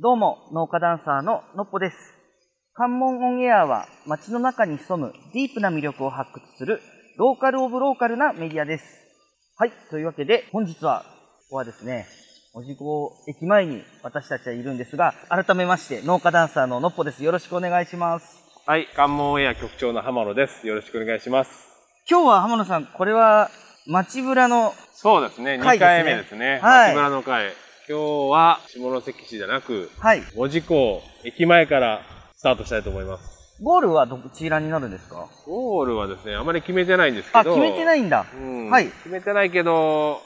どうも、農家ダンサーののっぽです。関門オンエアは街の中に潜むディープな魅力を発掘するローカルオブローカルなメディアです。はい、というわけで本日は、ここはですね、おじこ駅前に私たちはいるんですが、改めまして農家ダンサーののっぽです。よろしくお願いします。はい、関門エア局長の浜野です。よろしくお願いします。今日は浜野さん、これは街ぶらの、そうですね、回です2ね回目ですね。はい松村の会。今日は下関市じゃなく、はい、門司港駅前からスタートしたいと思います。ゴールはどちらになるんですかゴールはですね、あまり決めてないんですけあ、ど。、決めてないいんだ。うんはい決めてないけど、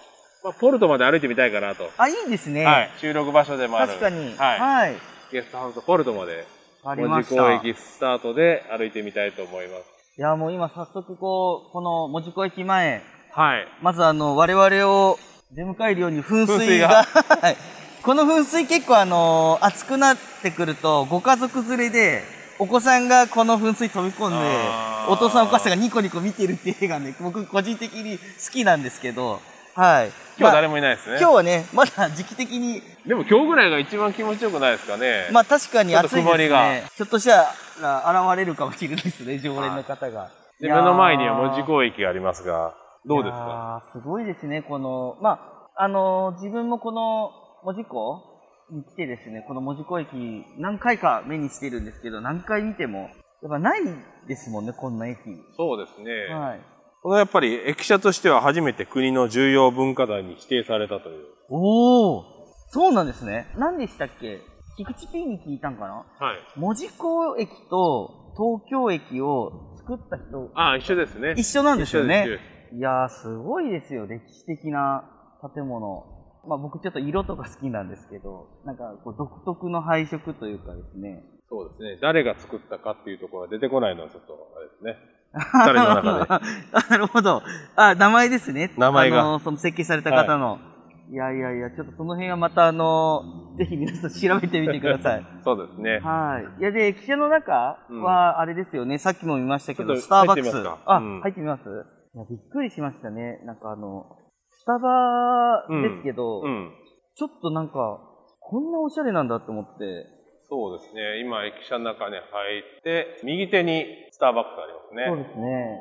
まあ、ポルトまで歩いてみたいかなと。あ、いいですね。はい、収録場所でもある。確かに。ははい。い。ゲストハウスポルトまで、わかりま門し司た。港い駅スタートで歩いてみたいと思います。や、もう今早速こう、この門司港駅前、はい。まずあの、我々を出迎えるように噴噴水水が、がはいこの噴水結構あの、熱くなってくると、ご家族連れで、お子さんがこの噴水飛び込んあで、ーお父さんお母さんがニコニコ見てるっていう映画ね、僕個人的に好きなんですけど、はい。今日まあ誰もいないですね。今日はね、まだ時期的に、でも今日ぐらいが一番気持ちよくないですかね。まあ確かに暑いでちょっとす曇りがね。ひょっとしたら現れれるかもしれないですね、常連の方が。で、目の前には門文字司港駅がありますが、どうですかいやーすごいですね、この、まあ、あのー自分もこの門司港に来てですね、この門司港駅何回か目にしてるんですけど、何回見ても、やっぱないですもんね、こんな駅。そうですね。はい。これやっぱり駅舎としては初めて国の重要文化財に指定されたという。おお、そうなんですね。何でしたっけ菊池 P に聞いたんかなはい。門司港駅と東京駅を作った人、ああ、一緒ですね。一緒なんですよ一緒ねです。いやー、すごいですよ、歴史的な建物。まあ僕ちょっと色とか好きなんですけど、なんかこう独特の配色というかですね。そうですね。誰が作ったかっていうところは出てこないのはちょっと、あれですね。誰の中で。 なるほど。あ、名前ですね。名前があのその設計された方の。い、やいやいや、ちょっとその辺はまたあの、ぜひ皆さん調べてみてくださ い。そうですね。はい。いや、で、汽車の中は、あれですよね、さっきも見ましたけちょど、っとスターバック入ってスみます。かあ、うん入ってみますいや、びっくりしましたね。なんかあの、スタバですけど、うん。ちょっとなんか、こんなおしゃれなんだって思って、そうですね。今、駅舎の中に入って、右手にスターバックスありそうますでね。すね。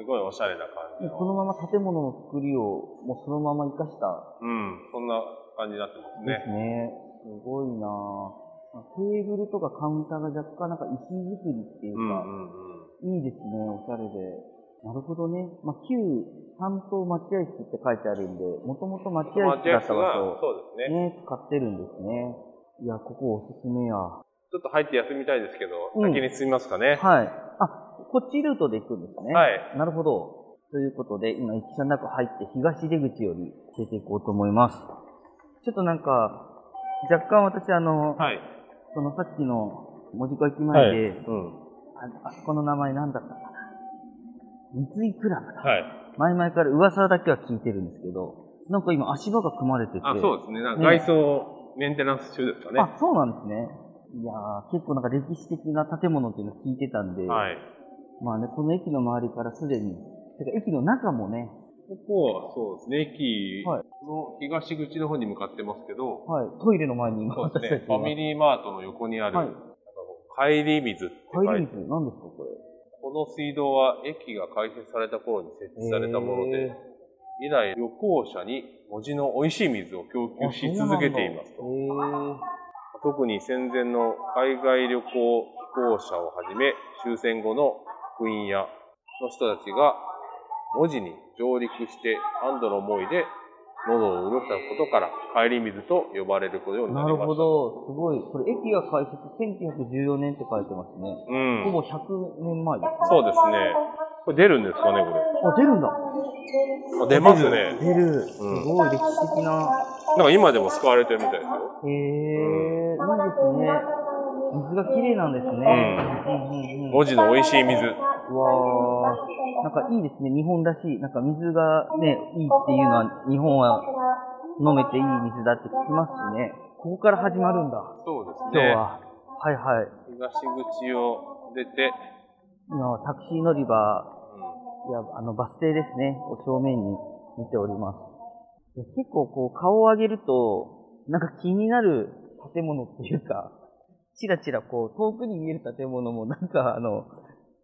すごいおしゃれな感じこのの。まま建物の作りを、もうそのまま生かしたうん。そんな感じになってまですねす。ね。すごいなぁ。テーブルとかカウンターが若干なんか石造りっていううんうか、んうん。いいですね、おしゃれで。なるほどね。まあ、旧担当待合室って書いてあるんで、もともと待合室だった場は所そうですね。ね、使ってるんですね。いや、ここおすすめや。はちょっと入って休みたいですけど、うん先に進みますかね。い。あ、こっちルートで行くんですね。はい。なるほど。ということで、今、駅舎の中入って東出口より出ていこうと思います。ちょっとなんか、若干私、あの、はい。そのさっきの文字駅前で、うん。ああそこの名前なんだったかな。三井クラブだ。はい。前々から噂だけは聞いてるんですけど、なんか今足場が組まれてて。あ、そうですね。なんかね外装メンテナンス中ですかね。あ、そうなんですね。いやー、結構なんか歴史的な建物っていうの聞いてたんで、はい。まあね、この駅の周りからすでに、てか駅の中もね、ここはそうですね、駅はいの東口の方に向かってますけど、はい、トイレの前に今そう私でたすちね、ファミリーマートの横にある、はいなんかこう帰り水って書い入りて水、何ですかこれ。この水道は駅が開設された頃に設置されたものへで、ー以来旅行者に文字の美味しい水を供給し続けていますと。特に戦前の海外旅行寄港者をはじめ終戦後の福音屋の人たちが文字に上陸して安堵の思いで喉を潤したことから帰り水と呼ばれるようにななりるましほ。た。ど、すごい。これ駅が開設1914年って書いてますね。うん。ほぼ100年前ですね。そうですね。これ出るんですかね、こあ、出るんだ。れ。あ出ますね。出る。すうんごい歴史的な。なんか今でも使われてるみたいですよ。へえ、いいですね。水が綺麗なんですね。うんうんうん。文字の美味しい水。うわーなんかいいですね。日本らしい。なんか水がね、いいっていうのは、日本は飲めていい水だって聞きますしね。ここから始まるんだ。そうで今日は。はいはい。東口を出て、今はタクシー乗り場うんいや、あの、バス停ですね。を正面に見ております。いや結構こう、顔を上げると、なんか気になる建物っていうか、ちらちらこう、遠くに見える建物もなんかあの、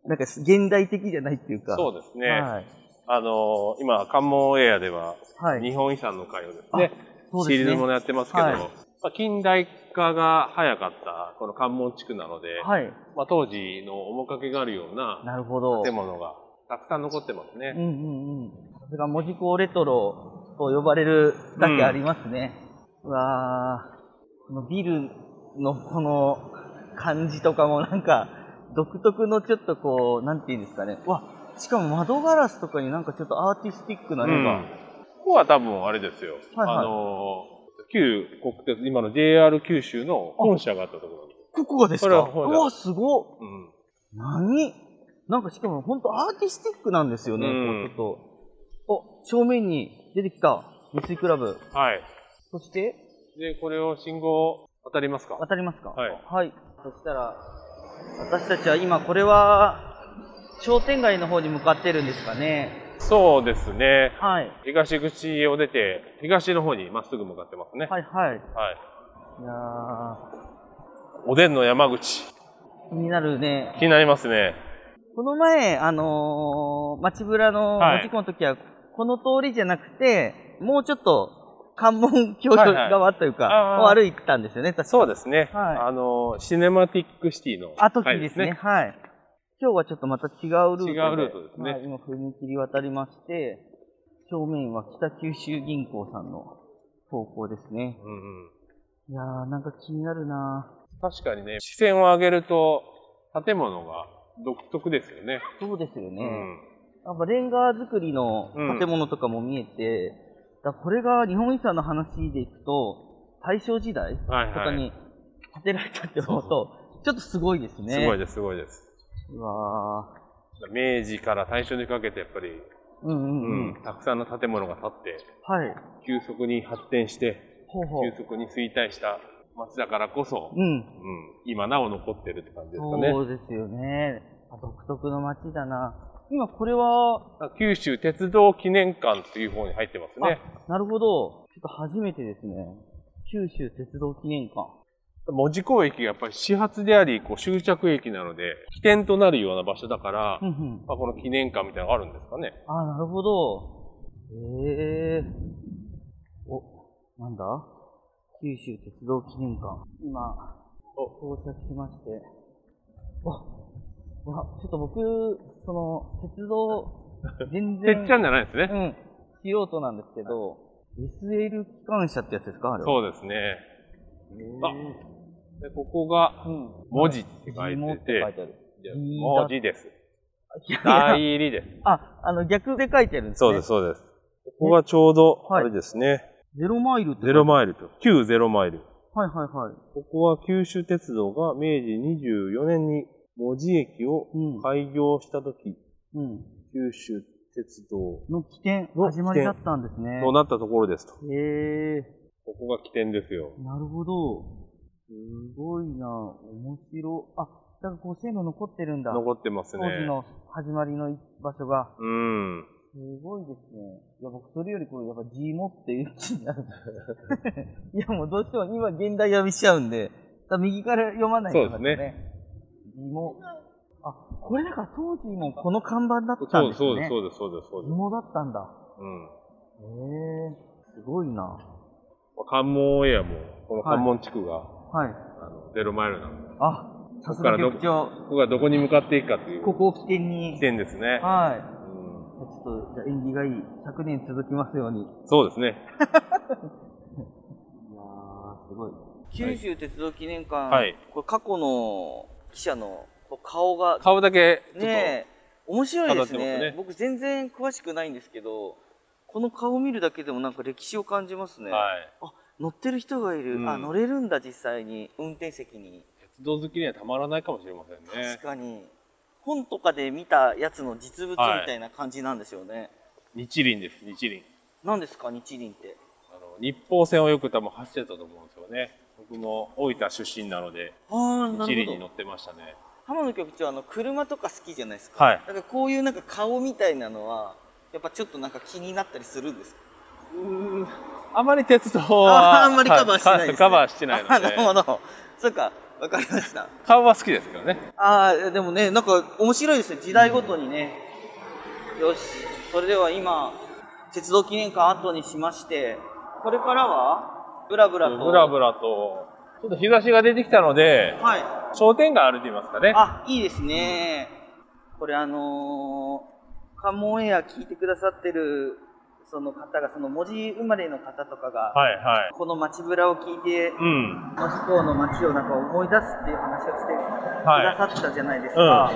なんか現代的じゃないっていうか。そううですね。はい。あのー今、関門オンエアでは、はい。日本遺産の会をですね、そうシでリすーズね。ものやってますけど、はいまあ、近代化が早かった、この関門地区なので、はい。まあ、当時の面影があるようななるほど。建物がたくさん残ってますね。うんうんうん。さすが文字工レトロと呼ばれるだけありますね。うわー、このビルのこの感じとかもなんか独特のちょっとこう、なんていうんですかね。うわ、しかも窓ガラスとかになんかちょっとアーティスティックな絵が。うんここは多分あれですよ、はいはいあのー旧国鉄、今の JR 九州の本社があったところに。ここがですこれかはうほらわ、すごっうん何なんかしかも本当アーティスティックなんですよね、うんこうちょっと。お、正面に出てきた三井クラブ。はい。そして、で、これを信号渡りますか渡りますかはいそしたら私たちは今これは商店街の方に向かってるんですかねそうですね。はい東口を出て、東の方にまっすぐ向かってますね。はいはいはい。いやおでんの山口。ー気になるね気になりますね。この前あのー、街ぶらのはい事故の時はこの通りじゃなくてもうちょっと関門橋はいはい側というか、あーを歩いたんですよね確かそうですね。はいあの、シネマティックシティのあ時回ですね。。はい。今日はちょっとまた違うルートで。違うルートですねはい、今、踏切渡りまして、正面は北九州銀行さんの投稿ですね。うんうん。いやー、なんか気になるな確かにね、視線を上げると、建物が独特ですよね。そうですよね。うん。やっぱレンガ作りの建物とかも見えて、だからこれが日本遺産の話でいくと、大正時代はいとはかい。に建てられたって思うそと、ちょっとすごいですね。すごいです、すごいです。うわー。明治から大正にかけてやっぱり、うんうんうん。うんたくさんの建物が建って、はい。急速に発展して、ほうほ急う。速に衰退した町だからこそ、うん。うん、今なお残ってるって感じですかね。そうですよね。あ独特の街だな。今これは、九州鉄道記念館っていう方に入ってますね。なるほど。ちょっと初めてですね。九州鉄道記念館。門司港駅がやっぱり始発であり、こう終着駅なので、起点となるような場所だから、ふんふん。まあ、この記念館みたいなのがあるんですかね。あ、なるほど。ええお、なんだ九州鉄道記念館。今、到着しまして。わ、わ、ちょっと僕、その、鉄道、全て然。 っちゃんじゃないですね。うん。素人なんですけど、SL 機関車ってやつですかあれは。そうですね。うあでここが、うん。文字って書地い元ってて書いて、てある。じゃあいいな文字です。いやいや大入りです。 あ、あの、逆で書いてあるんですね。す。そうです。ここがちょうど、はいあれですね、ゼロマイルって。ゼロマイルと、旧ゼロマイル。はいはいはい。ここは九州鉄道が明治24年に門司駅をうん。開業したとき、うん。九州鉄道の起点、の始まりだったんですね。となったところですと。へえここが起点ですよ。ー、なるほど。すごいな面白。あ、だからこう線路残ってるんだ。残ってます当ね。時の始まりの場所が。うん。すごいですね。いや、僕、それよりこれ、やっぱ G モっていう気になる。 いや、もうどうしても今、現代読みしちゃうんで、多分右から読まないとそうですね。G モ。あ、これだから当時もこの看板だったそんうですね。そうです、そうです、そうです、そうで G モだったんだ。す。うん。まへえすごいな。あ関門オンエアも、この関門地区が、はい。あのゼロマイルなので、あ、さすがここからど局長。ここがどこに向かっていくかというここを起点に。起点ですね。はい。うんちょっと、じゃあ縁起がいい。100年続きますように。そうですね。いやー、すごい。九州鉄道記念館、はいこれ過去の記者のこう顔が、顔だけ、ちょっと、ねえ、面白いです飾ってねますね僕全然詳しくないんですけど、この顔見るだけでもなんか歴史を感じますね。はい。乗ってる人がいる、うんあ、乗れるんだ実際に、運転席に。鉄道好きにはたまらないかもしれませんね確。かに。本とかで見たやつの実物みはいたいな感じなんですよね。日輪です、日輪。何ですか日輪って。あの日豊線をよく多分走ってたと思うんですよね。僕も大分出身なので、ああ、な日る輪ほに乗ど。ってましたね。浜野局長、あの、車とか好きじゃないですか。はい。なんかこういうなんか顔みたいなのはやっぱちょっとなんか気になったりするんですかうーんあまり鉄道あはあんまりカバーしてないですねはカバーしてない のあなるほでど。そっか、わかりました。顔は好きですけどねああ、でもね、なんか面白いですね。時代ごとにね。よし、それでは今、鉄道記念館後にしまして、これからは、ブラブラと。ブラブラとちょっと日差しが出てきたのではい。商店街歩いてみますかねあ、いいですね。これあのー、関門エア聞いてくださってる、その方が、その文字生まれの方とかが、はいはいこの街ブラを聞いて、うん文字港の街をなんか思い出すっていう話をしてくださってたじゃないですか、は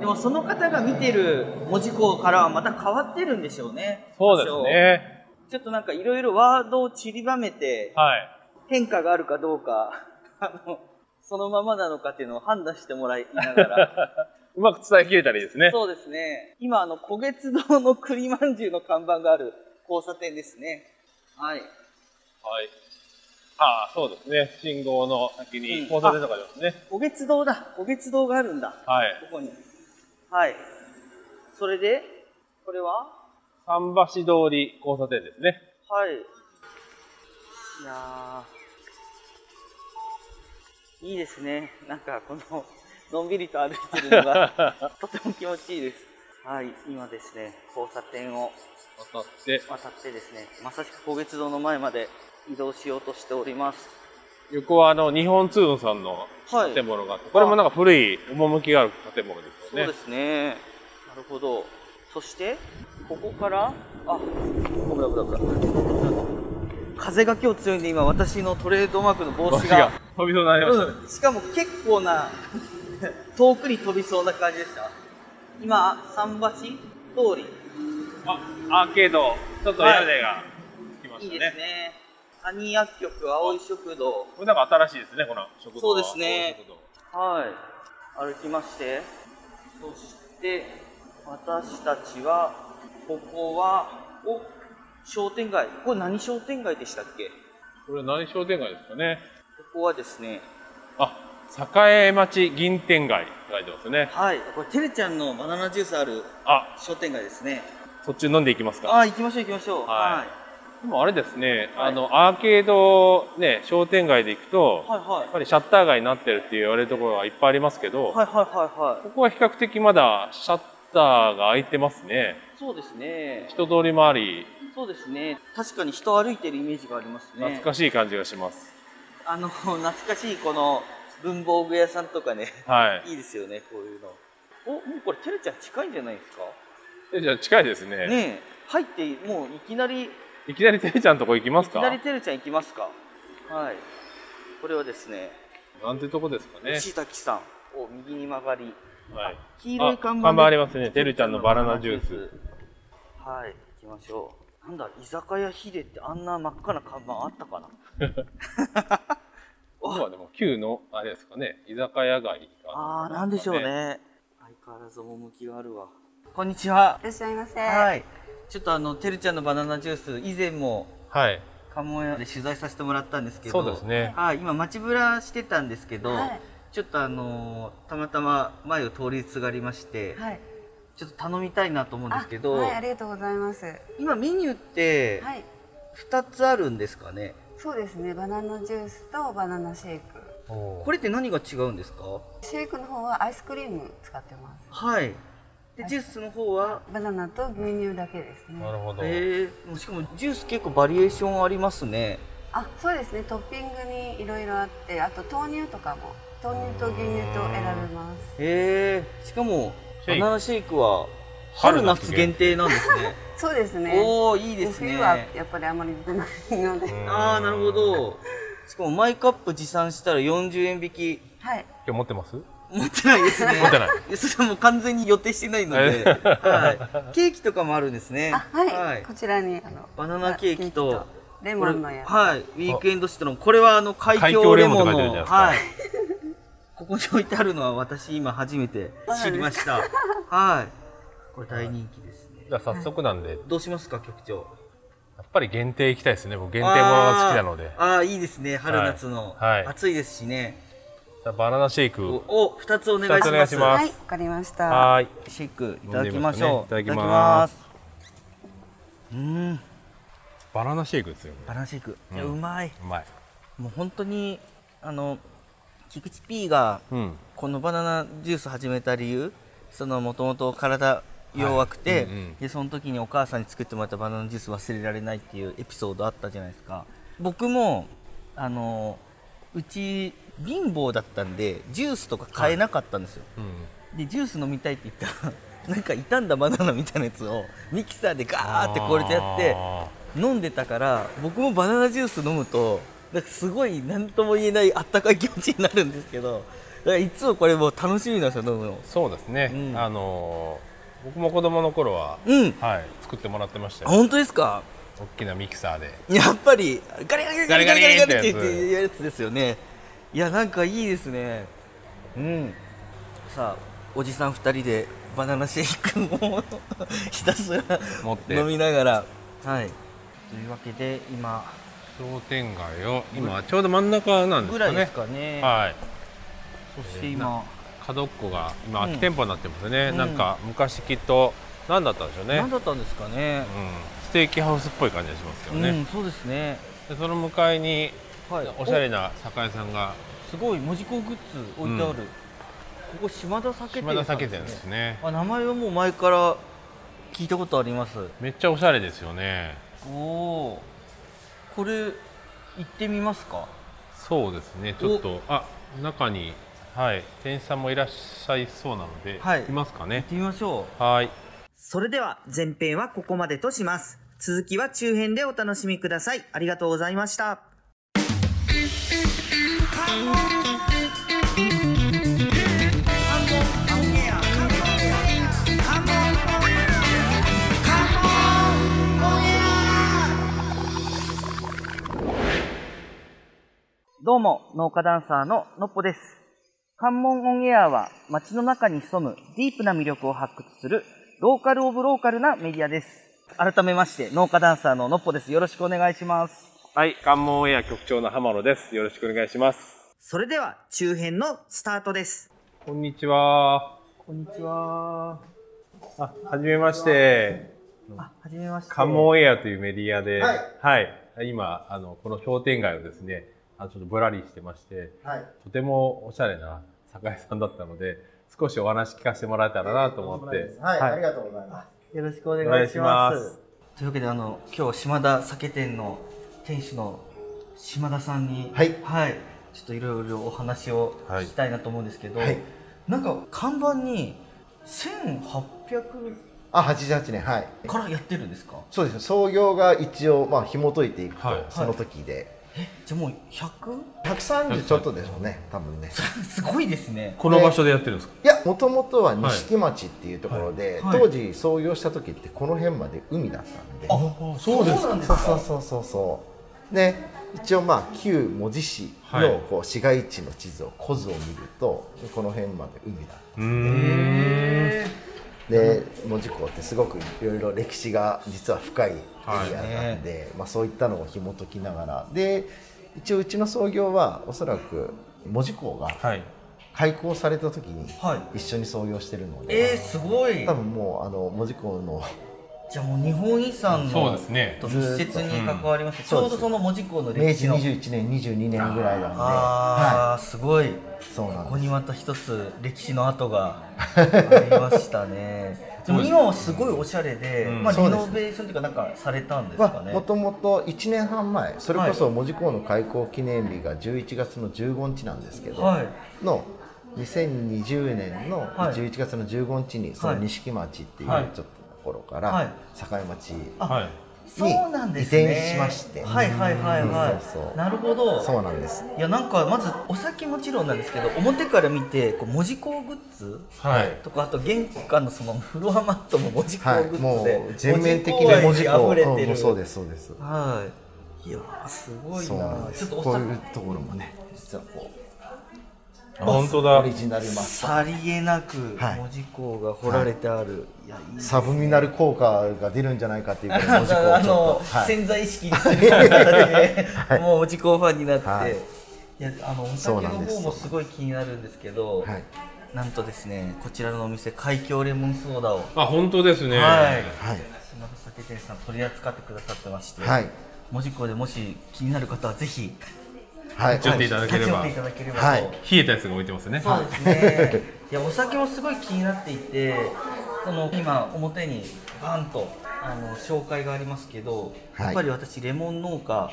でもその方が見てる文字港からはまた変わってるんでしょうねそうですね多少ちょっとなんかいろいろワードを散りばめてはい変化があるかどうか あのそのままなのかっていうのを判断してもらいながら うまく伝えきれたらいいですねそうですね今あの古月堂の栗まんじゅうの看板がある交差点ですねはいはいああそうですね信号の先うんに交差点とかありますね、古月堂だ古月堂があるんだはいここに。はい。それで、これは桟橋通り交差点ですねはい。いやーいいですね。なんか、この、のんびりと歩いてるのが、とても気持ちいいです。はい、今ですね、交差点を渡って渡ってですね、まさしく古月堂の前まで移動しようとしております。横はあの日本通運さんのはい。建物があって、これもなんか古い趣がある建物ですそうよでね。すね。なるほど。そして、ここから、あ、危ない危ない危ない風が今日強いんで、今私のトレードマークの帽帽子子がが。飛びそうになりましたね。うん。しかも結構な、 遠くに飛びそうな感じでした。今、桟橋通り。あ、アーケード、ちょっと屋根がつきまいしいたですね。ね。谷薬局、青い食堂。これなんか新しいですね、この食堂は。そうですねこの食はい、歩きまして、そして私たちは、ここは、お商店街、これ何商店街でしたっけこ堂これ何商店街ですかね。こはですね、あ、栄町銀天街って書いてますね。はい、これ、てるちゃんのバナナジュースあるあ、商店街ですね。そっち飲んでいきますか。あー、行きましょう、行きましょう。は、はいでもあれですね、はいあの、アーケード、ね、商店街で行くと、はい、はいやっ。ぱりシャッター街になってるって言われるところがいっぱいありますけはど、い、はい、はい、はここは比較的まだシャッターが開いてますね。い。そうですね。人通りもあり、そうですね。確かに人歩いてるイメージがありますね。懐かしい感じがします。あの、懐かしいこの文房具屋さんとかね。はい。いいですよね、こういうの。お、もうこれ、てるちゃん近いんじゃないですか。えじゃあ近いですね。ねえ、入って、もういきなり、いいきなりていちゃんとこ行きますきかなりてるちゃん行きますか。はい。これはですね、なんてとこですかね。牛崎さんを右に曲がり、はい。黄色いあ看板で看板ありますね。てるちゃんのバナナジュース。。はい、行きましょう。なんだ、居酒屋ヒデってあんな真っ赤な看板あったかな。ここはでも旧のあれですかね。居酒屋街があるのかー、なんでしょう。ね。相変わらず趣があるわ。こんにちは。いらっしゃいませ。はい。ちょっとあの、てるちゃんのバナナジュース、以前もはい。カモ屋で取材させてもらったんですけどそうですね。はい今街ぶらしてたんですけど、はいちょっとあのーたまたま前を通りすがりまして、はい。ちょっと頼みたいなと思うんですけど、あはい、ありがとうございます。今メニューってはい。 2つあるんですかね、そうですね。バナナジュースとバナナシェイク。これって何が違うんですかシェイクの方はアイスクリーム使ってます。はいでジュースの方はバナナと牛乳だけですねな。るほど。えー、もうしかもジュース結構バリエーションありますねあ、そうですね。トッピングにいろいろあって、あと豆乳とかも豆乳と牛乳と選べます。えー、しかもシェバイクナナシェイクは春春夏夏限限定なんですねそうですね。おおいいですね冬はやっぱりあまり出ないので。ああなるほどしかもマイカップ持参したら40円引きはい。今日持ってます？持ってないですね持ってないやそれはもう完全に予定してないので、はい、ケーキとかもあるんですねあ、はい。こちらにあのバナナケーキとレこモれンのやつ。はいウィークエンドシトロンこれはあの海海峡峡レレモモンンって書いのてあるじゃないですかはいここに置いてあるのは私今初めて知りましたはいこれ大人気ですねじゃあ早速なんで、やどうしますか局長っぱり限定行きたいですね。僕限あーあーいいですね春夏の、はいはい暑いですしねじゃあバナナシェイクをお二つお願いします二つお願いしますはい、わかりました。はーい。シェイクいただきましょう。飲んでみますかねいただいきただきま。ますうーん。バナナシェイクですよ。バナナシェイク、いやううんまいうまい。もう本当にあの菊池 P がうん。このバナナジュース始めた理由そのもともと体弱くて、はいうんうんでその時にお母さんに作ってもらったバナナジュース忘れられないっていうエピソードあったじゃないですか僕もあのうち貧乏だったんでジュースとか買えなかったんですよ、うん。でジュース飲みたいって言ったら なんか傷んだバナナみたいなやつをミキサーでガーってこれてやってあ飲んでたから僕もバナナジュース飲むとなんかすごい何とも言えないあったかい気持ちになるんですけどだからいつもこれもう楽しみなんですよ飲むのー。そうですね。うんあのー僕も子供の頃は、うんはい、作ってもらってましたあよ。本当ですか大きなミキサーで。 やっぱりガリガリガリガリガリガリって言っガリガリっててやるやつですよねいやなんかいいですねうんさあおじさん2人でバナナシェイクをひたすら持って飲みながらはいというわけで今商店街を、今、ちょうど真ん中なんでぐすらかいでねす。かねはい。そして今、角っこが、今、うん空き店舗になってますよね。うんなんか、昔きっと、何だったんでしょうね。う何ん。だったんですかねステーキハウスっぽい感じがしますけどうね。んそうですねでその向かいに、はいおしゃれな酒屋さんが、おすごい文字工グッズ置いてある、うんここ島田酒店島田さん酒ですね店ですね。あ名前はもう前から聞いたことありますめっちゃおしゃれですよね。おおこれ行ってみますかそうですね、ちょっと、あ中に、はい、店員さんもいらっしゃいそうなので、はいいますか行ねっ。てみましょうはい、それでは前編はここまでとします続きは中編でお楽しみくださいありがとうございましたどうも農家ダンサーののっぽです関門オンエアは街の中に潜むディープな魅力を発掘するローカルオブローカルなメディアです。改めまして農家ダンサーののっぽです。よろしくお願いします。はい、関門オンエア局長の浜野です。よろしくお願いします。それでは中編のスタートです。こんにちは。こんにちは。あ、はじめまして。あ、はじめまして。関門オンエアというメディアで、はい、今、あの、この商店街をですね、あのちょっとぶらりしてまして、とてもおしゃれな酒屋さんだったので、少しお話聞かせてもらえたらなと思って、はい、はいありがとうございます。よろしくお願いしまお願いしす。というわけで、あの、今日島田酒店の店主の島田さんに、はいちょっといろいろお話を聞きたいなと思うんですけど、はいなんか看板に1800あ、88年、はい。からやってるんですかそうですね、創業が一応、まあ、紐解いていくと、はいその時で。え、じゃあもう 100? 130ちょっとでしょうね、多分ね。 すごいですね。この場所でやってるんですか。いや、もともとは錦町っていうところはで、いはい当時創業した時ってこの辺まで海だったんで。あなんですそうかそうそうそうそう。で、一応まあ、旧門司市はいのこう市街地の地図を、古図を見ると、この辺まで海だうーん。で門司港ってすごくいろいろ歴史が実は深いエリアなんで、まあ、そういったのを紐解きながらで一応うちの創業はおそらく門司港がはい。開港された時には一緒に創業してるのえー、で、すごい多分もうあの門司港のじゃあもう日本遺産そうのですねと。密接に関わります、ちずっょとうどその門司港の明歴史治の21年22年ぐらいなんで、ああ、すごいい、そうなこんこですにまた一つ歴史の跡がありました ねでも今はすごいおしゃれで、んまあ、リそうですノベーションというかなんかされたんですかはね、もともと1年半前それこそ門司港の開港記念日が11月の15日なんですけど、はいの2020年のはい11月の15日にその錦町っていうちはょいっとところかはいら堺町はい。そうなんですね移転しましてはいはいはいはい、うんそうそうなるほどそうなんですいやなんかまずお酒もちろんなんですけど表から見てこう門司港グッズはい。とかあと玄関のそのフロアマットも文字工はいグッズもで、う全面的に文字工文字工愛に溢れてうんるそうですそうですはいいやーすごいそうななんでちょすっとおこうさいうところもね実はこあ本当うだオ。リジナルマスさりげなくはい文字工が彫られてある、い、やいいサブミナル効果が出るんじゃないかっていうぐらい文字工あちょの、っとはい潜在意識にする方で、はいもう文字工ファンになって、はいい、やあのお酒そうのなんです方もすごい気になるんですけどはいなんとですねこちらのお店海峡レモンソーダをあ本当ですね、はいはい島田酒店さん取り扱ってくださってまして、はい文字港でもし気になる方はぜひはいちょっといただければ立ち寄っていただければと、はい冷えたやつが置いてますねそうですねいやお酒もすごい気になっていてその今表にバンとあの紹介がありますけど、はいやっぱり私レモン農家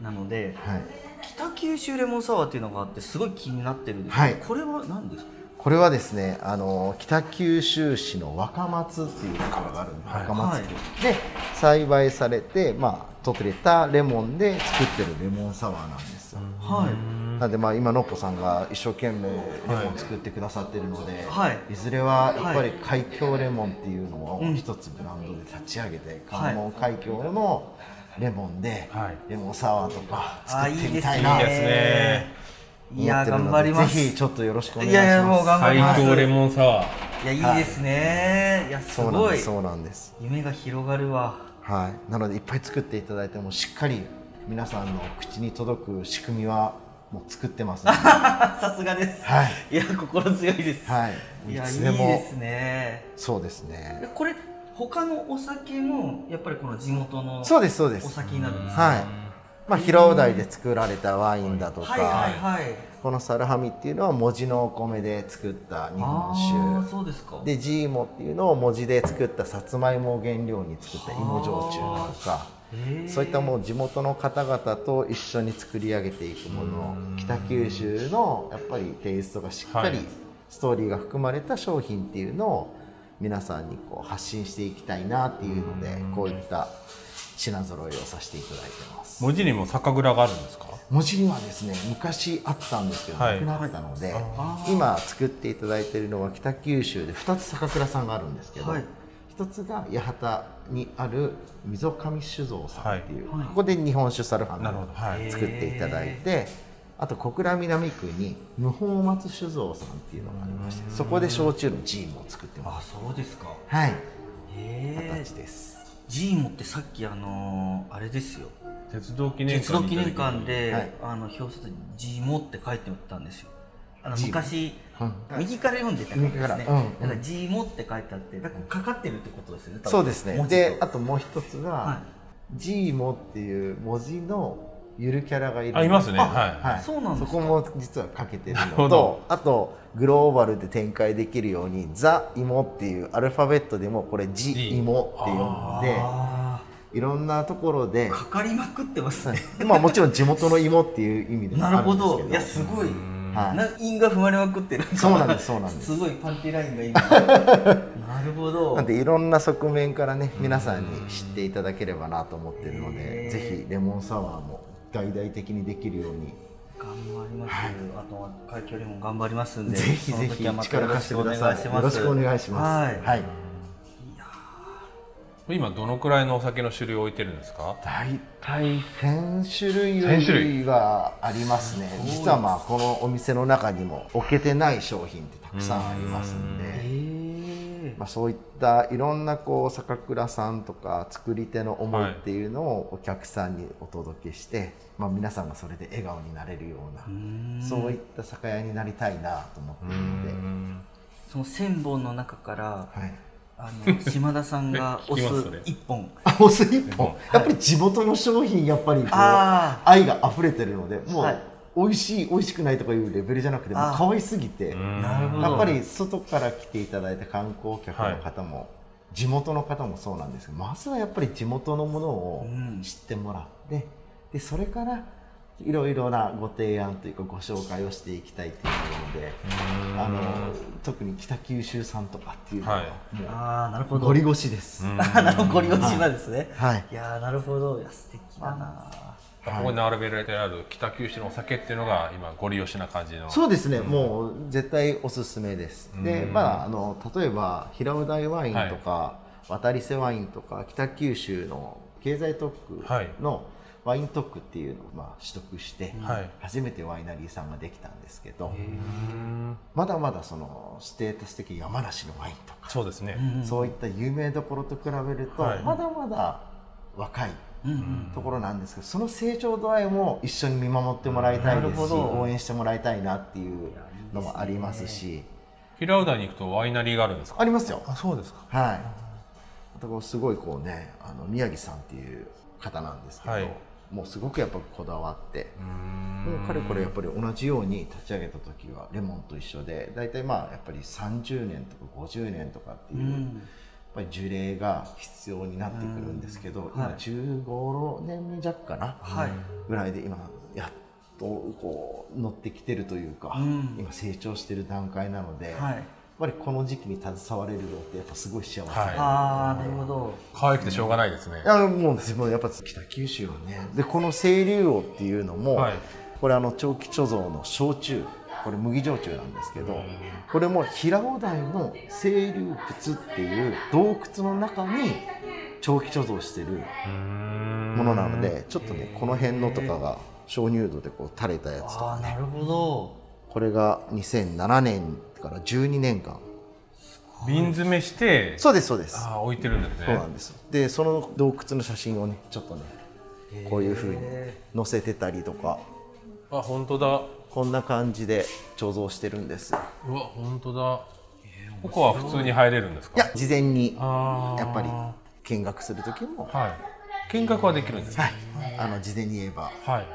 なので、はい北九州レモンサワーっていうのがあってすごい気になってるんですけど、はいこれは何ですかこれはですねあの北九州市の若松っていうところがあるんで、若松っていうで栽培されて、まあ、取れたレモンで作ってるレモンサワーなんですよ、はいなんでまあ今のっぽさんが一生懸命レモン作ってくださってるので、はいい、ずれはやっぱり海峡レモンっていうのを一つブランドで立ち上げて関門海峡のレモンではいレモンサワーとかあ作いっいてでみすたいねなやですねい思やってる頑の張でりますぜひちょっとよろしくお願いいしやますいやもう頑張り最ます強レモンサワーいやいいですね、い、やすそうなんごでいすそうなんです夢が広がるわ はい、なのでいっぱい作っていただいてもしっかり皆さんの口に届く仕組みはもう作ってま すので、はさすがです、、はいや心強いです、い、いやいついでもですねそうですねこれ他のお酒もやっぱりこの地元のそうですそうですお酒になるんですかはい、まあ、広尾台で作られたワインだとか、はいはいはいこのサルハミっていうのは文字のお米で作った日あ本ー酒そうですかでジーモっていうのを文字で作ったさつまいもを原料に作った芋焼酎だとかへーそういったもう地元の方々と一緒に作り上げていくもの北九州のやっぱりテイストがしっかりはいストーリーが含まれた商品っていうのを皆さんにこう発信していきたいなっていうのでこういった品揃えをさせていただいてます。文字にも酒蔵があるんですか文字にはですね昔あったんですけど、はいなくなったので今作っていただいているのは北九州で2つ酒蔵さんがあるんですけど、はい1つが八幡にある溝上酒造さんっていう、はいここで日本酒サルハンなるほどはをい作っていただいてあと小倉南区に無法松酒造さんっていうのがありましてそこで焼酎のジームを作ってまあすそうですかはいへえ形ですジーモってさっきあのーあれですよ鉄道記念鉄道館に記いただ念きました館で、はいあの表札に「ジーモ」って書いておったんですよあのジーモ昔、うん右から読んでたからですね右からうんだから「ジーモ」って書いてあってだからかかってるってことですよね多分そうですね文字とであともう一つが、はジーモっていう文字のゆるキャラがいるんであいますねあはいはい、そうなんですかこも実はかけてるなるのほどとあとグローバルで展開できるように「ザ・イモ」っていうアルファベットでもこれ「ジ・イモ」っていうのいであいろんなところでー、かかりまくってますねまあ、もちろん地元の芋っていう意味でもなるあるほんですけどどいやすごいはいな韻が踏まれまくってるそうなんですそうなんですすごいパンティラインが今 なるほどなんでいろんな側面からね皆さんに知っていただければなと思ってるへのーでぜひレモンサワーも大々的にできるように頑張ります、あとは海峡レモン頑張りますんでぜひぜひその時はまた力貸してくださいよよろろししくくおお願願いいししまますすはい今どのくらいのお酒の種類を置いてるんですか大体1000種類よりはありますね実はまあこのお店の中にも置けてない商品ってたくさんありますんでまあ、そういったいろんなこう酒蔵さんとか作り手の思いっていうのをお客さんにお届けして、まあ、皆さんがそれで笑顔になれるようなそういった酒屋になりたいなと思ってるので、その1000本の中から、はい、あ の島田さんが聞きます押すそれ1本あお酢一本、やっぱり地元の商品やっぱりこうあ愛が溢れてるのでもはいう美味しい美味しくないとかいうレベルじゃなくてもうあー可愛すぎて。なるほどやっぱり外から来ていただいた観光客の方も、地元の方もそうなんですけどまずはやっぱり地元のものをうん知ってもらって、でそれからいろいろなご提案というかご紹介をしていきたいというのであの特に北九州産とかっていうのははいもああなるうほどゴリゴシです。あなるほどゴリゴシなんですね、はいいやーなるほどいや素敵だなここに並べられてある北九州のお酒っていうのが今ご利用しな感じのそうですね、もう絶対おすすめです。で、まあ、あの例えば平尾台ワインとか、渡り瀬ワインとか北九州の経済特はい区のワイン特区っていうのを、まあ、取得して、はい初めてワイナリーさんができたんですけど、まだまだそのステータス的山梨のワインとか、そうですねそういった有名どころと比べると、はいまだまだ若い。ところなんですけどその成長度合いも一緒に見守ってもらいたいでなるすほしど応援してもらいたいなっていうのもありますし平尾台に行くとワイナリーがあるんですかありますよあそうですかはいあとこうすごいこうねあの宮城さんっていう方なんですけど、はいもうすごくやっぱこだわってうーもうんかれこれやっぱり同じように立ち上げた時はレモンと一緒で大体まあやっぱり30年とか50年とかっていう、やっぱり樹齢が必要になってくるんですけど、今15年目弱かな、はいぐらいで今やっとこう乗ってきてるというか、うん今成長してる段階なので、はやっいぱりこの時期に携われるのってやっぱすごい幸せだなと思はいって、ああなるほど可愛くてしょうがないですねいやもうですもうやっぱ北九州はねでこの清流王っていうのも、はいこれあの長期貯蔵の焼酎これ麦焼酎なんですけどこれも平尾台の清流窟っていう洞窟の中に長期貯蔵してるうーんものなのでちょっとねこの辺のとかが鍾乳洞でこう垂れたやつとあかあねなるほどこれが2007年から12年間瓶詰めしてそうですそうですあー置いてるんですそねうなんですでその洞窟の写真をねちょっとねこういうふうに載せてたりとかあ本当だうわこんな感じで貯蔵してるんですよ本当だここは普通に入れるんですかいや事前にやあーっぱり見学する時も、はい見学はできるんですかあの事前に言えばはい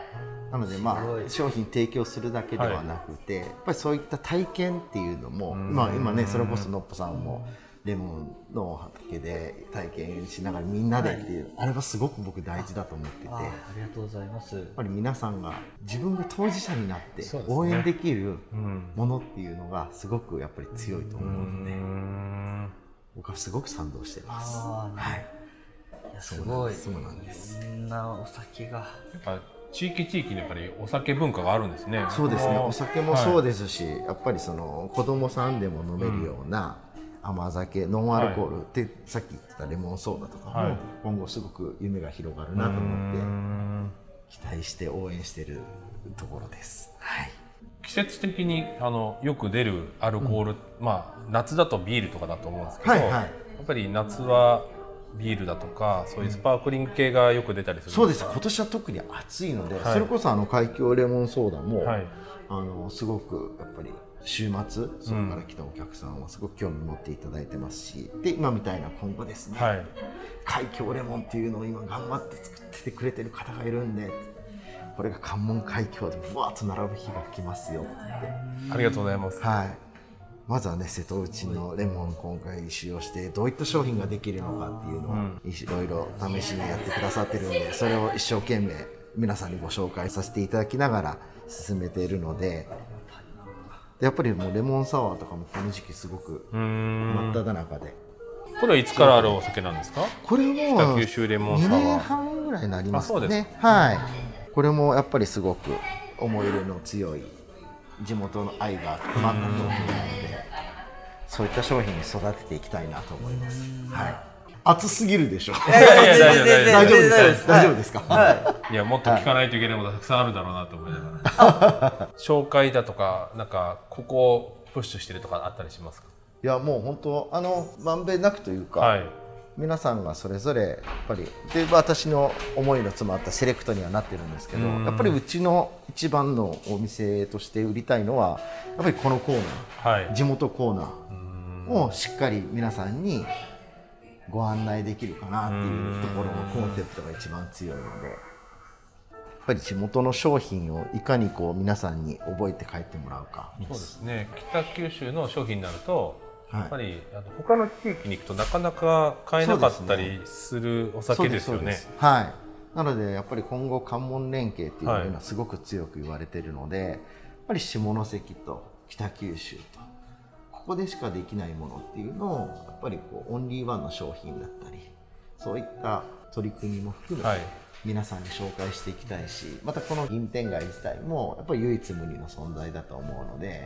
なのでまあ商品提供するだけではなくて、やっぱりそういった体験っていうのも、まあ、今ねそれこそのっぽさんもレモンの畑で体験しながらみんなでっていう、あれはすごく僕大事だと思ってて。あーありがとうございますやっぱり皆さんが自分が当事者になってそうですね応援できるうんものっていうのがすごくやっぱり強いと思ううーので、ん僕はすごく賛同してます。ああはい、いやすごいそうなんです。こんなお酒がやっぱ地域地域にやっぱりお酒文化があるんですねそうですね。お酒もはいそうですし、やっぱりその子供さんでも飲めるような甘酒、ノンアルコールって、さっき言ってたレモンソーダとかも、はい今後すごく夢が広がるなと思うーってん期待して応援してるところです。はい。季節的にあのよく出るアルコール、まあ夏だとビールとかだと思うんですけど、はいはいやっぱり夏はビールだとかそういうスパークリング系がよく出たりするそうですす。今年は特に暑いので、はいそれこそあの海峡レモンソーダも、はいあのすごくやっぱり週末そこから来たお客さんはすごく興味持っていただいてますし、で今みたいな今後ですね、はい海峡レモンっていうのを今頑張って作っててくれてる方がいるんでこれが関門海峡でぶわっと並ぶ日が来ますよってありがとうございます、はいまずはね瀬戸内のレモン今回使用してどういった商品ができるのかっていうのをいろいろ試しにやってくださってるのでそれを一生懸命皆さんにご紹介させていただきながら進めているのででやっぱりもうレモンサワーとかもこの時期すごくうーん真っ只中でこれはいつからあるお酒なんですかこれも北九州レモンサ2ワー年半ぐらいになりますかあそうですねはいこれもやっぱりすごく思い入れの強い地元の愛が詰まった商品なのでそういった商品に育てていきたいなと思いますはい熱すぎるでしょやいや全然大丈夫全然ですか大丈夫ですかいやもっと聞かないといけないことたくさんあるだろうなと思いながら 紹介だとかなんかここをプッシュしてるとかあったりしますかいやもう本当あのまんべんなくというか、はい皆さんがそれぞれやっぱりで私の思いの詰まったセレクトにはなってるんですけどやっぱりうちの一番のお店として売りたいのはやっぱりこのコーナーはい地元コーナーをしっかり皆さんにご案内できるかなっていうところのコンセプトが一番強いのでやっぱり地元の商品をいかにこう皆さんに覚えて帰ってもらうかそうですね北九州の商品になると、はいやっぱりあの他の地域に行くとなかなか買えなかったりするお酒ですよそうねそうですはいなのでやっぱり今後関門連携っていうのははい今すごく強く言われてるので、やっぱり下関と北九州とここでしかできないものっていうのをやっぱりこうオンリーワンの商品だったりそういった取り組みも含めて、はい皆さんに紹介していきたいしまたこの銀天街自体もやっぱり唯一無二の存在だと思うので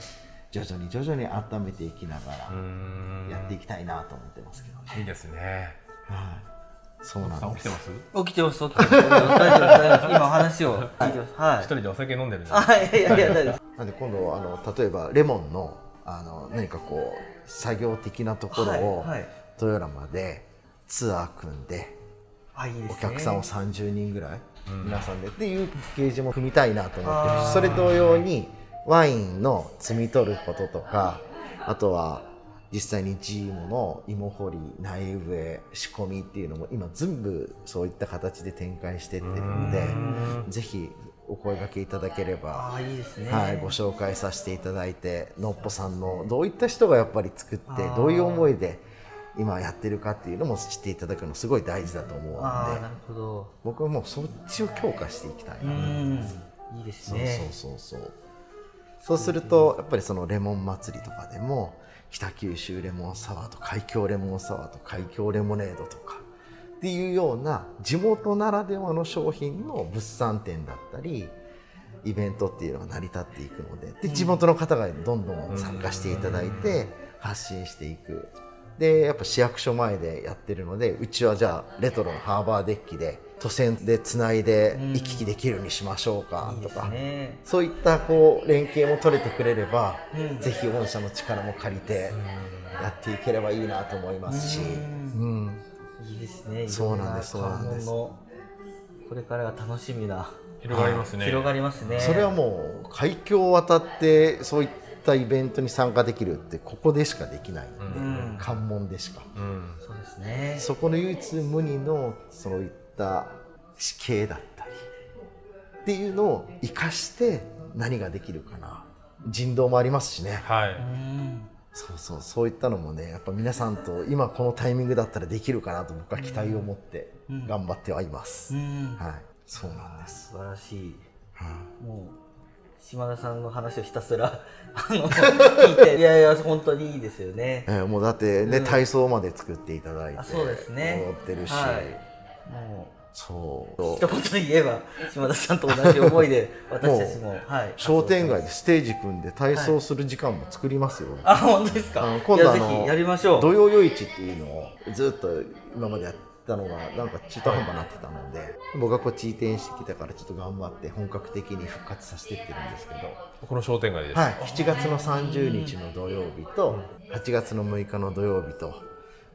徐々に徐々に温めていきながうーんらやっていきたいなと思ってますけどね、いいですねはい、そうなんさんで起きすてます起きてます起きてます大丈夫です今お話を聞いてますは一い人でお酒飲んでるんですあいやいやいや大丈夫ですなんで今度はあの例えばレモンのあの何かこう作業的なところを、はいはい豊山でツアー組んであいいですねお客さんを30人ぐらい、皆さんでっていうゲージも踏みたいなと思ってるしそれ同様にワインの摘み取ることとかあとは実際にジーモの芋掘り苗植え仕込みっていうのも今全部そういった形で展開してってるのでぜひお声掛けいただければああいいですねはい、ご紹介させていただいてのっぽさんのどういった人がやっぱり作ってどういう思いで今やってるかっていうのも知っていただくのすごい大事だと思うのああでなるほど僕はもうそっちを強化していきたいうな、んいいですそうねそうそうそうそうするとやっぱりそのレモン祭りとかでも北九州レモンサワーと海峡レモンサワーと海峡レモネードとかっていうような地元ならではの商品の物産展だったりイベントっていうのが成り立っていくのでで地元の方がどんどん参加していただいて発信していくでやっぱ市役所前でやってるのでうちはじゃあレトロのハーバーデッキで都線でつないで行き来できるようにしましょうかいいとですか。ねそういったこう連携も取れてくれれば、ぜひ御社の力も借りてやっていければいいなと思いますし、うんいいですねそうなんですいろそうなんで関門すのこれからが楽しみな広がりますね。広がりますねそれはもう海峡を渡ってそういったイベントに参加できるってここでしかできないんで、ん関門でしか、うん。そうですねそこの唯一無二のそういった地形だったりっていうのを生かして何ができるかな人道もありますしね。はい。そうそうそういったのもねやっぱ皆さんと今このタイミングだったらできるかなと僕は期待を持って頑張ってはいます、うんはいそうなんです、素晴らしいうんもう島田さんの話をひたすら あの聞いていやいや本当にいいですよねえーもうだってね、体操まで作っていただいてあそうですね踊ってるし、はいもそうう一言で言えば島田さんと同じ思い で私たちもはい商店街でステージ組んで体操する時間も作りますよ、あ本当ですあかの今度あいやぜのひやりましょう土曜夜市っていうのをずっと今までやってたのがなんか中途半端になってたので、僕がこっち移転してきたからちょっと頑張って本格的に復活させてってるんですけどこの商店街です。はい、7月の30日の土曜日と8月の6日の土曜日と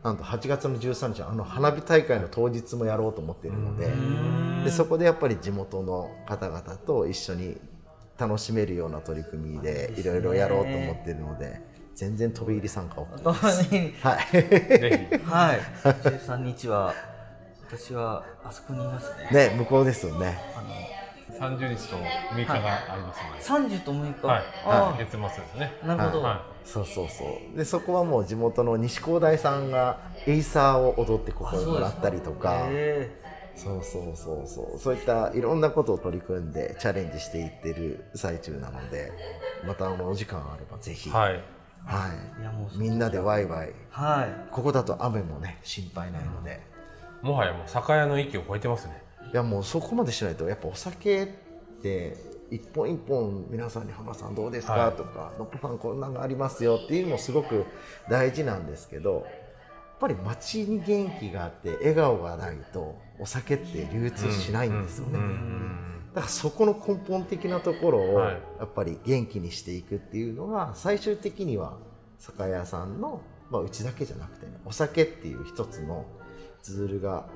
なんと8月の13日はあの花火大会の当日もやろうと思っているのででそこでやっぱり地元の方々と一緒に楽しめるような取り組みでいろいろやろうと思っているので全然飛び入り参加を。 本当にはいぜひ。はい13日は私はあそこにいますねね、向こうですよね。あの三十日と六日がありますので。 30と6日、はい。あ月末ですね。あなるほど、はそうそうそうでそこはもう地元の西工大さんがエイサーを踊ってここにもらったりとかへそうそうそうそうそういったいろんなことを取り組んでチャレンジしていってる最中なのでまたあのお時間あればぜひ、い。はいはい。えいやもうみんなでワイワイはいここだと雨もね心配ないので、もはやもう酒屋の域を超えてますね。いやもうそこまでしないとやっぱお酒って一本一本皆さんに「浜さんどうですかはいとか「のっぽさんこんなのがありますよ」っていうのもすごく大事なんですけどやっぱり街に元気があって笑顔がないとお酒って流通しないんですよね。うんだからそこの根本的なところをはいやっぱり元気にしていくっていうのが最終的には酒屋さんの、まあ、うちだけじゃなくてねお酒っていう一つのツールが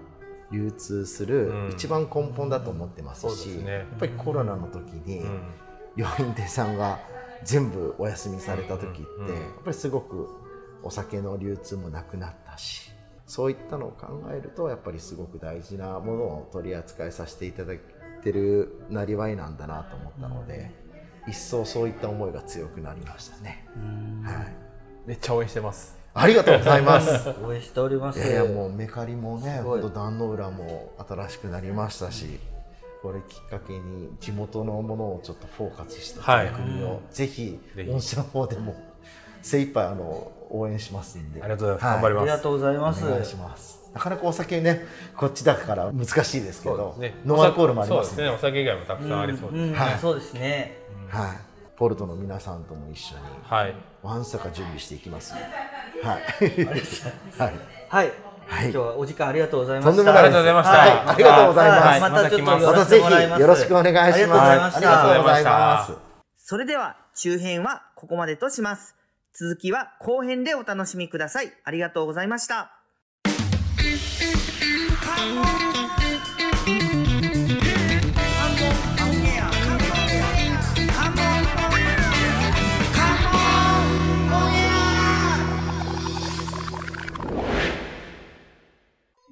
流通するうん一番根本だと思ってますそうし、ですねやっぱりコロナの時にうんうん病院店さんが全部お休みされた時ってうんうんうんやっぱりすごくお酒の流通もなくなったしそういったのを考えるとやっぱりすごく大事なものを取り扱いさせていただいてるなりわいなんだなと思ったので、一層そういった思いが強くなりましたね、はい、めっちゃ応援してます。ありがとうございます応援しておりますいやいやもうメカリもねすごほいんと壇の浦も新しくなりましたし、これきっかけに地元のものをちょっとフォーカスしたはい取り組みをぜひぜひ御社の方でも精一杯あの応援しますんでありがとうございます。頑張りありまがす。とうございますお願いしますなかなかお酒ねこっちだから難しいですけどそうですねノンアルコールもありまそすんうでですね。お酒以外もたくさんありそうです。んはいそうですねはい、ポルトの皆さんとも一緒にはい。ワンサカ準備していきますんではい、はい、はい、はい今日はお時間ありがとうございまとんでしたもないありがとうございましたはありがとうございます、はいまたちょっとまた来ます寄まらせたぜてもらいますひよろしくお願いしまあす。りがとうございましたありがとうございましたそれでは中編はここまでとします続きは後編でお楽しみくださいありがとうございましたカモンオンエア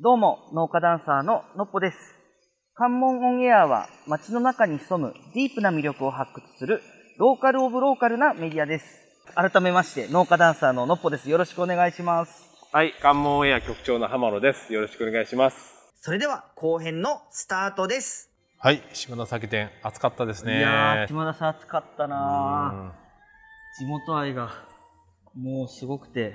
どうも、農家ダンサーののっぽです。関門オンエアは街の中に潜むディープな魅力を発掘するローカルオブローカルなメディアです。改めまして、農家ダンサーののっぽです。よろしくお願いします。はい、関門エア局長の浜野です。よろしくお願いします。それでは後編のスタートです。はい、島田酒店、暑かったですね。いやー、島田さん暑かったなーう地ん元愛がもうすごくて、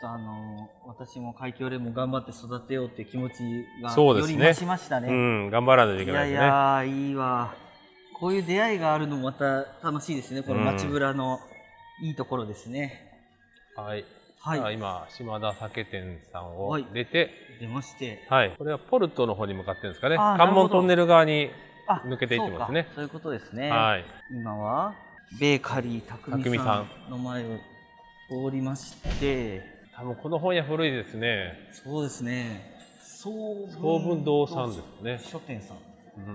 ちょっとあのー私も海峡レモン頑張って育てようっていう気持ちがそうでよすねり増しましたね。うん、頑張らないといいけやないいですね。やーいいわ。こういう出会いがあるのもまた楽しいですね。この街ぶらのいいところですね。はい。はい。じゃあ今、島田酒店さんをはい出て、出まして。はい、これはポルトの方に向かってるんですかね。あーな関るほ門どトンネル側に、あ抜けていってますねそうかそういうことですね。はい。今は、ベーカリー匠さんの前を通りまして、多分この本屋古いですね。そうですね。総総文堂さんですね書店さん。うんう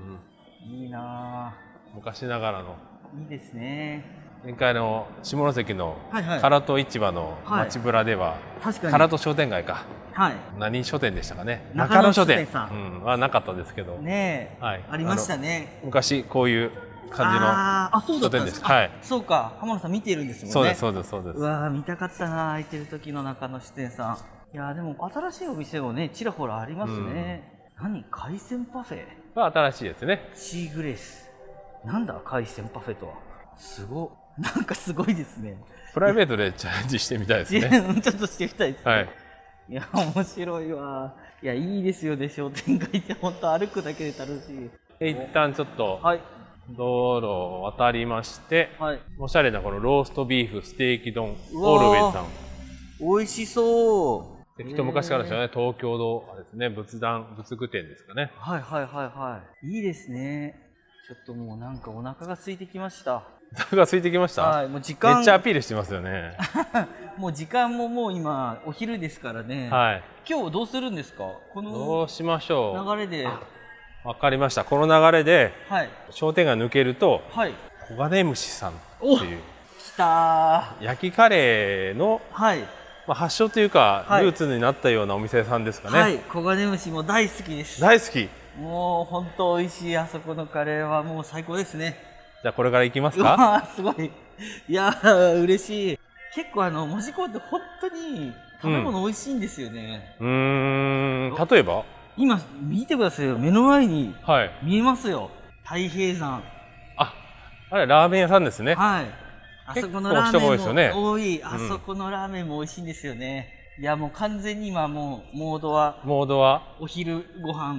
んいいな昔ながらぁ。の。いいですね。前回の下関のはいはい唐戸市場のはい街ぶらでは、確か唐に。戸商店街か。はい。何書店でしたかね。中野書店中野書うん、はなかったですけど。ねえ、はいありましたね。昔こういう感あーあ、そうだったんですか。書店ですあそうか、浜野さん見ているんですじもんの。ね。そうです、そうです、そうでう。すわー見たかったな、空いてる時の中の支店さん。いやーでも新しいお店もね、ちらほらありますね。何海鮮パフェこれは新しいですね。シーグレース。なんだ海鮮パフェとは。すご。なんかすごいですね。プライベートでチャレンジしてみたい です自ね。分ちょっとしてみたいですね。はい。いや、面白いわ。いや、いいですよね、商店街って。本当歩くだけで楽しい。で一旦ちょっとはい。道路を渡りまして、はい。おしゃれなこのローストビーフステーキ丼うオわーールウェイさん美味しそう。できっと昔からですよね東京のあれですね仏壇仏具店ですかねはいはいはいはい。いいですね。ちょっともうなんかお腹が空いてきました。おが空いてきました、はい、もう時めっちゃア間、ピールしてます よねもう時間ももう今お昼ですからね。はい今日どうするんですか。こどのうしましょ流れで、うわかりましたこの流れではい商店街抜けるとはい。黄金虫さんっておいう来た焼きカレーー。の、はい、まあ、発祥というか、はいルーツになったようなお店さんですかね、はい。黄金虫も大好きです。大好きじもう本当美味しいあそこのカレーはもう最高ですね。ゃあこれから行きますうかわーすごい。いやー嬉しい。結構あの門司港って本当に食べ物美味しいんですよね。うーん例えば今見てくださいよ目の前にはい見えますよ太平山。あ、あれラーメン屋さんですね。はい。あそこのラー結構人が多いですよメねンも多い。あうんそこのラーメンも美味しいんですよね。いやもう完全に今もうモードはモードはお昼ご飯。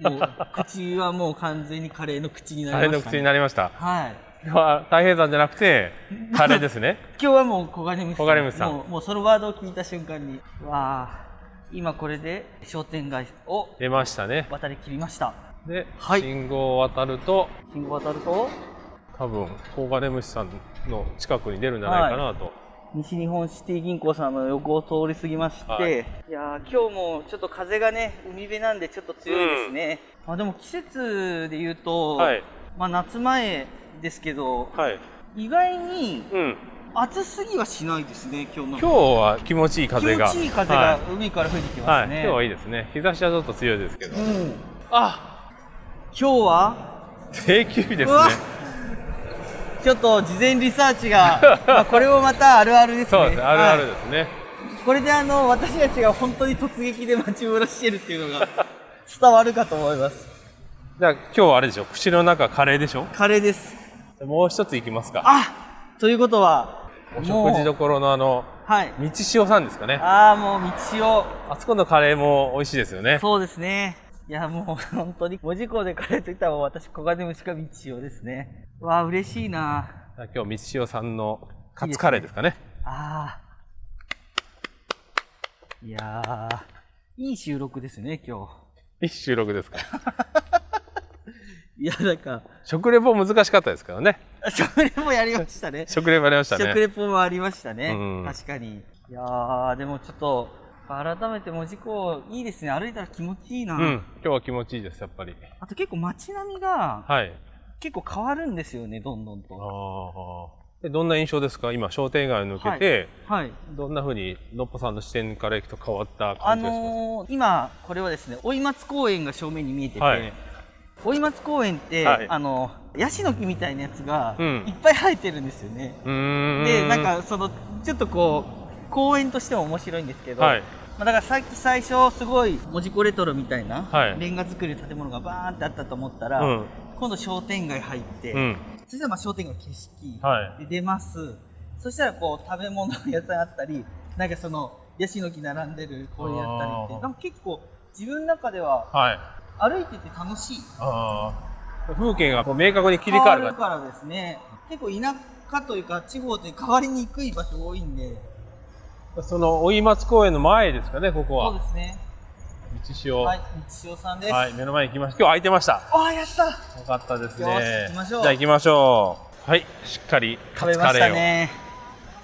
もう口はもう完全にカレーの口にカなレりーまのした、口ね。になりました。はい。では太平山じゃなくてカレーですね。今日はもう小金虫黄金虫さんもうもうそのワードを聞いた瞬間にわあ今これで商店街を出ましたね。渡りきりましたで、はい信号を渡ると信号渡ると多分黄金虫さんの近くに出るんじゃないかなと。西日本シティ銀行さんの横を通り過ぎまして、はいい、やー今日もちょっと風がね海辺なんでちょっと強いですね、まあ、でも季節で言うと、はいまあ、夏前ですけどはい。意外にうん。暑すぎはしないですね今日の今日は気持ちいい風が。気持ちいい風が海から吹いてきはい。ますはい。ね、今日はいいですね。日差しはちょっと強いですけど。うんあ、今日は定休日ですうねわ。ちょっと事前リサーチ が、まあこれもまたあるあるですね。そうですね。あるあるはいですね。これであの私たちが本当に突撃で街ぶらしてるっていう のが伝わるかと思います。じゃあ今日はあれでしょ。口の中カレーでしょ。カレーです。もう一つ行きますか。あ、ということはお食事もどうころのあのはい。道塩さんですかね。ああもう道をあそこのカレーも美味しいですよね。そうですね。いや、もう本当に、文字工でカレーといったら私、小金虫か道をですね。わあ、嬉しいな。今日、道代さんのカツカレーですかね。ああ。いやー、いい収録ですね、今日。いい収録ですか。いや、なんか、食レポ難しかったですからね。食レポやりましたね。食レポありました食ね。レポもありましたね。うん確かに。いやー、でもちょっと、改めて門司港、いいですね。歩いたら気持ちいいな。うん。今日は気持ちいいです、やっぱり。あと結構街並みが、はい。結構変わるんですよね、どんどんあと。ーでどんな印象ですか今商店街を抜けて、はい。どんなふうにのっぽさんの視点からいくと変わったあ感じがします、のー今これはですね、追松公園が正面に見えてて、はい追松公園って、はいあのヤシの木みたいなやつがうんいっぱい生えてるんですよね。うーで、なんかそのちょっとこう公園としても面白いんですけど、はいまあ、だからさっき最初すごい文字コレトロみたいな、はいレンガ作りの建物がバーンってあったと思ったうら、ん今度商店街入って、うんそしたらまあ商店街の景色、はで出ますそしたらこう食べ物の野菜あったりなんかそのヤシの木並んでる公園あったりってあーなんか結構自分の中でははい歩いてて楽しいあー風景がこう明確に切り替わる変からですね結構田舎というか地方で変わりにくい場所多いんでその追松公園の前ですかねここそうではすね道潮ははいい、日曜さんです、目の前に行きました今日空いてましたああやったよかったですねよし行きましょうじゃあ行きましょうはいしっかり食べましたカツカレーをね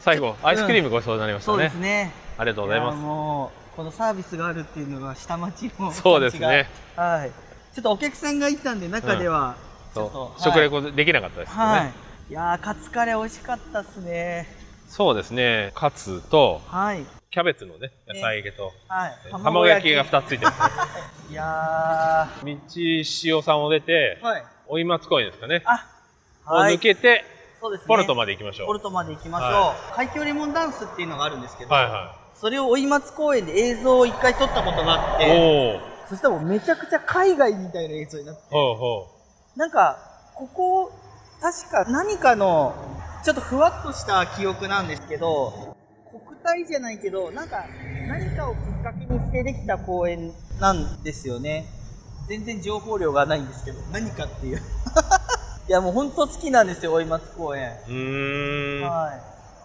最後アイスクリームごちそうになりましたそうね、ですねありがとうございやまもうこのサービスがあるっていうのが下町のそうですね感じがはいちょっとお客さんがいたんで中では、すちょっとそはうい食レポできなかったですよね、はい、いやーカツカレー美味しかったっすねそうですねカツとはいキャベツのね野菜揚げと、はい卵焼きが2つついてますいや道塩さんを出てーはい追松公園ですかね、あはをい抜けてそうですねポルトまで行きましょう、ポルトまで行きましょう、は海峡レモンダンスっていうのがあるんですけど、はいはそれを追松公園で映像を一回撮ったことがあっい、ておおそしたらもうめちゃくちゃ海外みたいな映像になってほうほなんかここ確か何かのちょっとふわっとした記憶なんですけど国体じゃないけどなんか何かをきっかけにしてできた公園なんですよね全然情報量がないんですけど何かっていう いやもう本当好きなんですよ追松公園、ううーん、は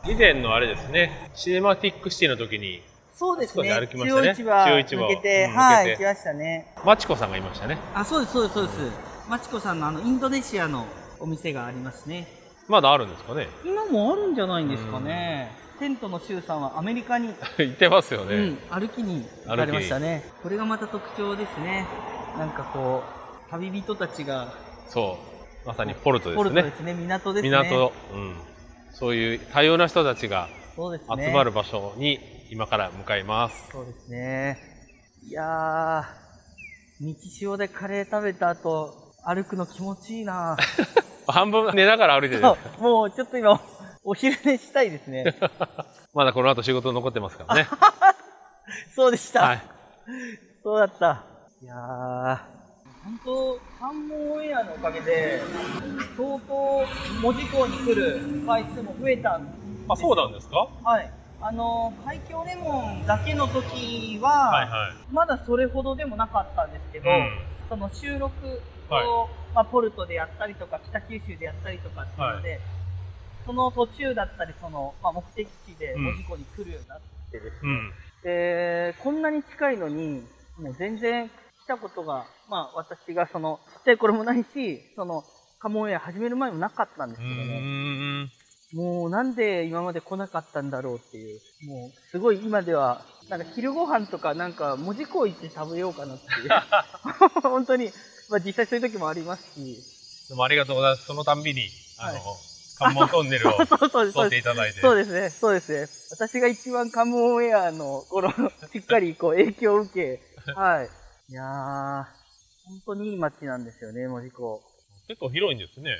い以前のあれですねシネマティックシティの時にそうですねあそこに歩きましたね中央市場中央市場抜けて、うんはい抜け来てましたねマチコさんがいましたねあそうですそうですそうですまちこさんのあのインドネシアのお店がありますねまだあるんですかね 今もあるんじゃないんですかね。テントの周さんはアメリカに、行ってますよね、うん、歩きに行かれましたね。これがまた特徴ですね。なんかこう、旅人たちが、そうまさにポルトでポすルトねですね、港ですね。港、うん、そういう多様な人たちがそうですね。集まる。場所に今から向かいます、そうですね。いやー、道潮でカレー食べた後、歩くの気持ちいいな半分寝ながら 歩いてるそう もうちょっと今、お昼寝したいです ね。まだこの後仕事残ってます からねそうでした。はいそうだった。いやー、本当、関門オンエアのおかげで、相当、文字港に来る回数も増えたんであそうなんですかはい。あの、海峡レモンだけの時は、はいはいまだそれほどでもなかったんですけど、うんその収録を、はいまあ、ポルトでやったりとか、北九州でやったりとかっていうので、その途中だったり、その、まあ、目的地で文字港に来るようになってですね、うんえーこんなに近いのに、もう全然来たことが、まあ私がその、ちっちゃい頃もないし、その、カモンエア始める前もなかったんですうけどね。ーんもうなんで今まで来なかったんだろうっていう。もう、すごい今では、なんか昼ご飯とかなんか文字港行って食べようかなって いう。本当に、まあ実際そういう時もありますし。どうもありがとうございますそのたんびにあの、はい関門トン ネルをそうそうです。そ通うっでていすただいてそうですね、そうですね。私が一番カムオンエアの 頃、しっかりこう影響を受け、はい。いやー、本当にいい街なんですよね、門司港。結構広いんですね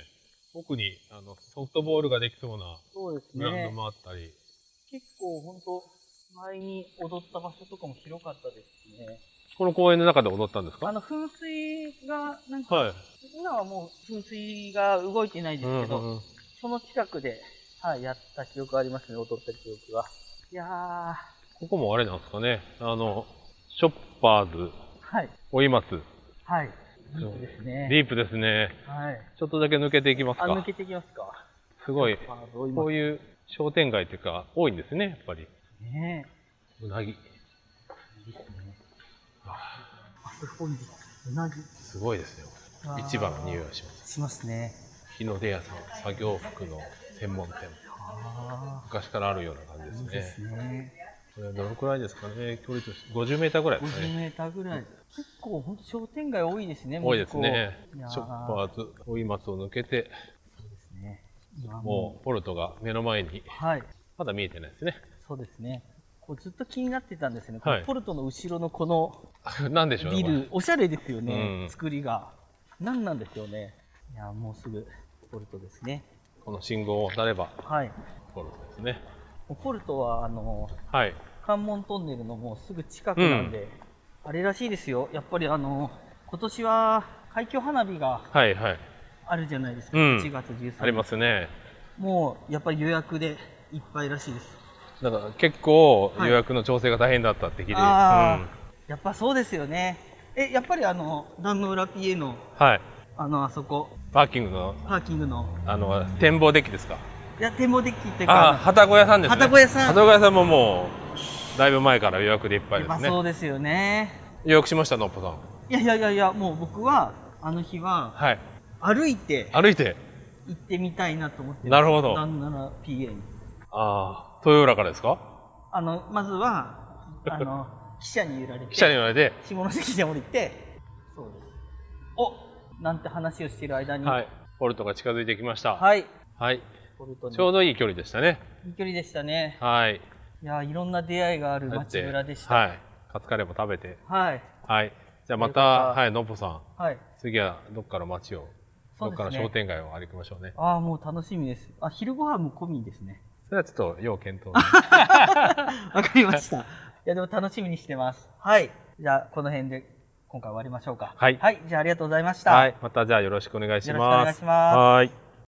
奥にあのソフトボールができそうなそうですグラウンドね。もあったり、結構本当、前に踊った場所とかも広かったですしね。この公園の中で踊ったんですあかの、噴水が、なんか、はい、今はもう噴水が動いてないですけど、うんうんその近くで、はい、やった記憶ありますね、踊った記憶は。いやー、ここもあれなんですかねあのショッパーズはい、追い松はい。いいですね。ディープですねはい。ちょっとだけ抜けていきますあ、抜かけていきますか。すごいあどうこいういう商店街というか多いんですねやっぱりうね。うなぎあそこにうなぎすごいですよあー市場の匂いがしますしますね。日の出屋さん作業服の専門店あ昔からあるような感じですあ、いいねですね。これはどのくらいですかね距離として50メーターぐらいですか50ねメーターぐらい。結構本当商店街多いですね。多いですね向こういやーショッパーズ追い松を抜けてそうですね。もうポルトが目の前に、はい。まだ見えてないですね。 そうですね。こうずっと気になってたんですよね。はいこのポルトの後ろのこのなんでしょうね。ビこれル、おしゃれですよね、うん作りが。何なんですよね。いや、もうすぐポルトですね。この信号を渡ればはい。ポルトですね。もうポルトは、あの、はい。関門トンネルのもうすぐ近くなんで、あれらしいですよ。やっぱりあの、今年は海峡花火がはいはい。あるじゃないですか。うん1月13日。ありますね。もう、やっぱり予約でいっぱいらしいです。だから結構はい予約の調整が大変だったって聞いて、ああ、うんやっぱそうですよね。え、やっぱりあの、ダム裏 PA の、はい。あの、あそこ、パーキングのパーキングの、あの展望デッキですか。いや、展望デッキっていうああ、か、旗小屋さんですね。旅籠屋さん旅籠屋さんももうだいぶ前から予約でいっぱやいっですぱね。そうですよね。予約しましたのっぽさん。いやいやいやいや、もう僕は、あの日は、はい。歩いて歩いて。行ってみたいなと思ってなるほど旦那の PA に。ああ、豊浦からですか。あの、まず は、あの、記者に揺られて、記者に言われて。下関で降りて、そうです。おなんて話をしている間に、はい。ポルトが近づいてきました。はい、はい。ポルトにちょうどいい距離でしたね。いい距離でしたね。はい。いや、いろんな出会いがあるだっ街て村でした。はい。カツカレーも食べて。はい。はい。じゃあよまた、かったはい、のっぽさん。はい。次はどっかの街を、そどうっですねかの商店街を歩きましょうね。ああ、もう楽しみです。あ、昼ご飯も込みですね。 それはちょっと要検討。わかりま した。いや、でも楽しみにしてます。はい。じゃあ、この辺で今回終わりましょうか。はいはい。じゃあ、ありがとうございました。はい。またじゃあよろしくお願いします。よろしくお願いしますはい。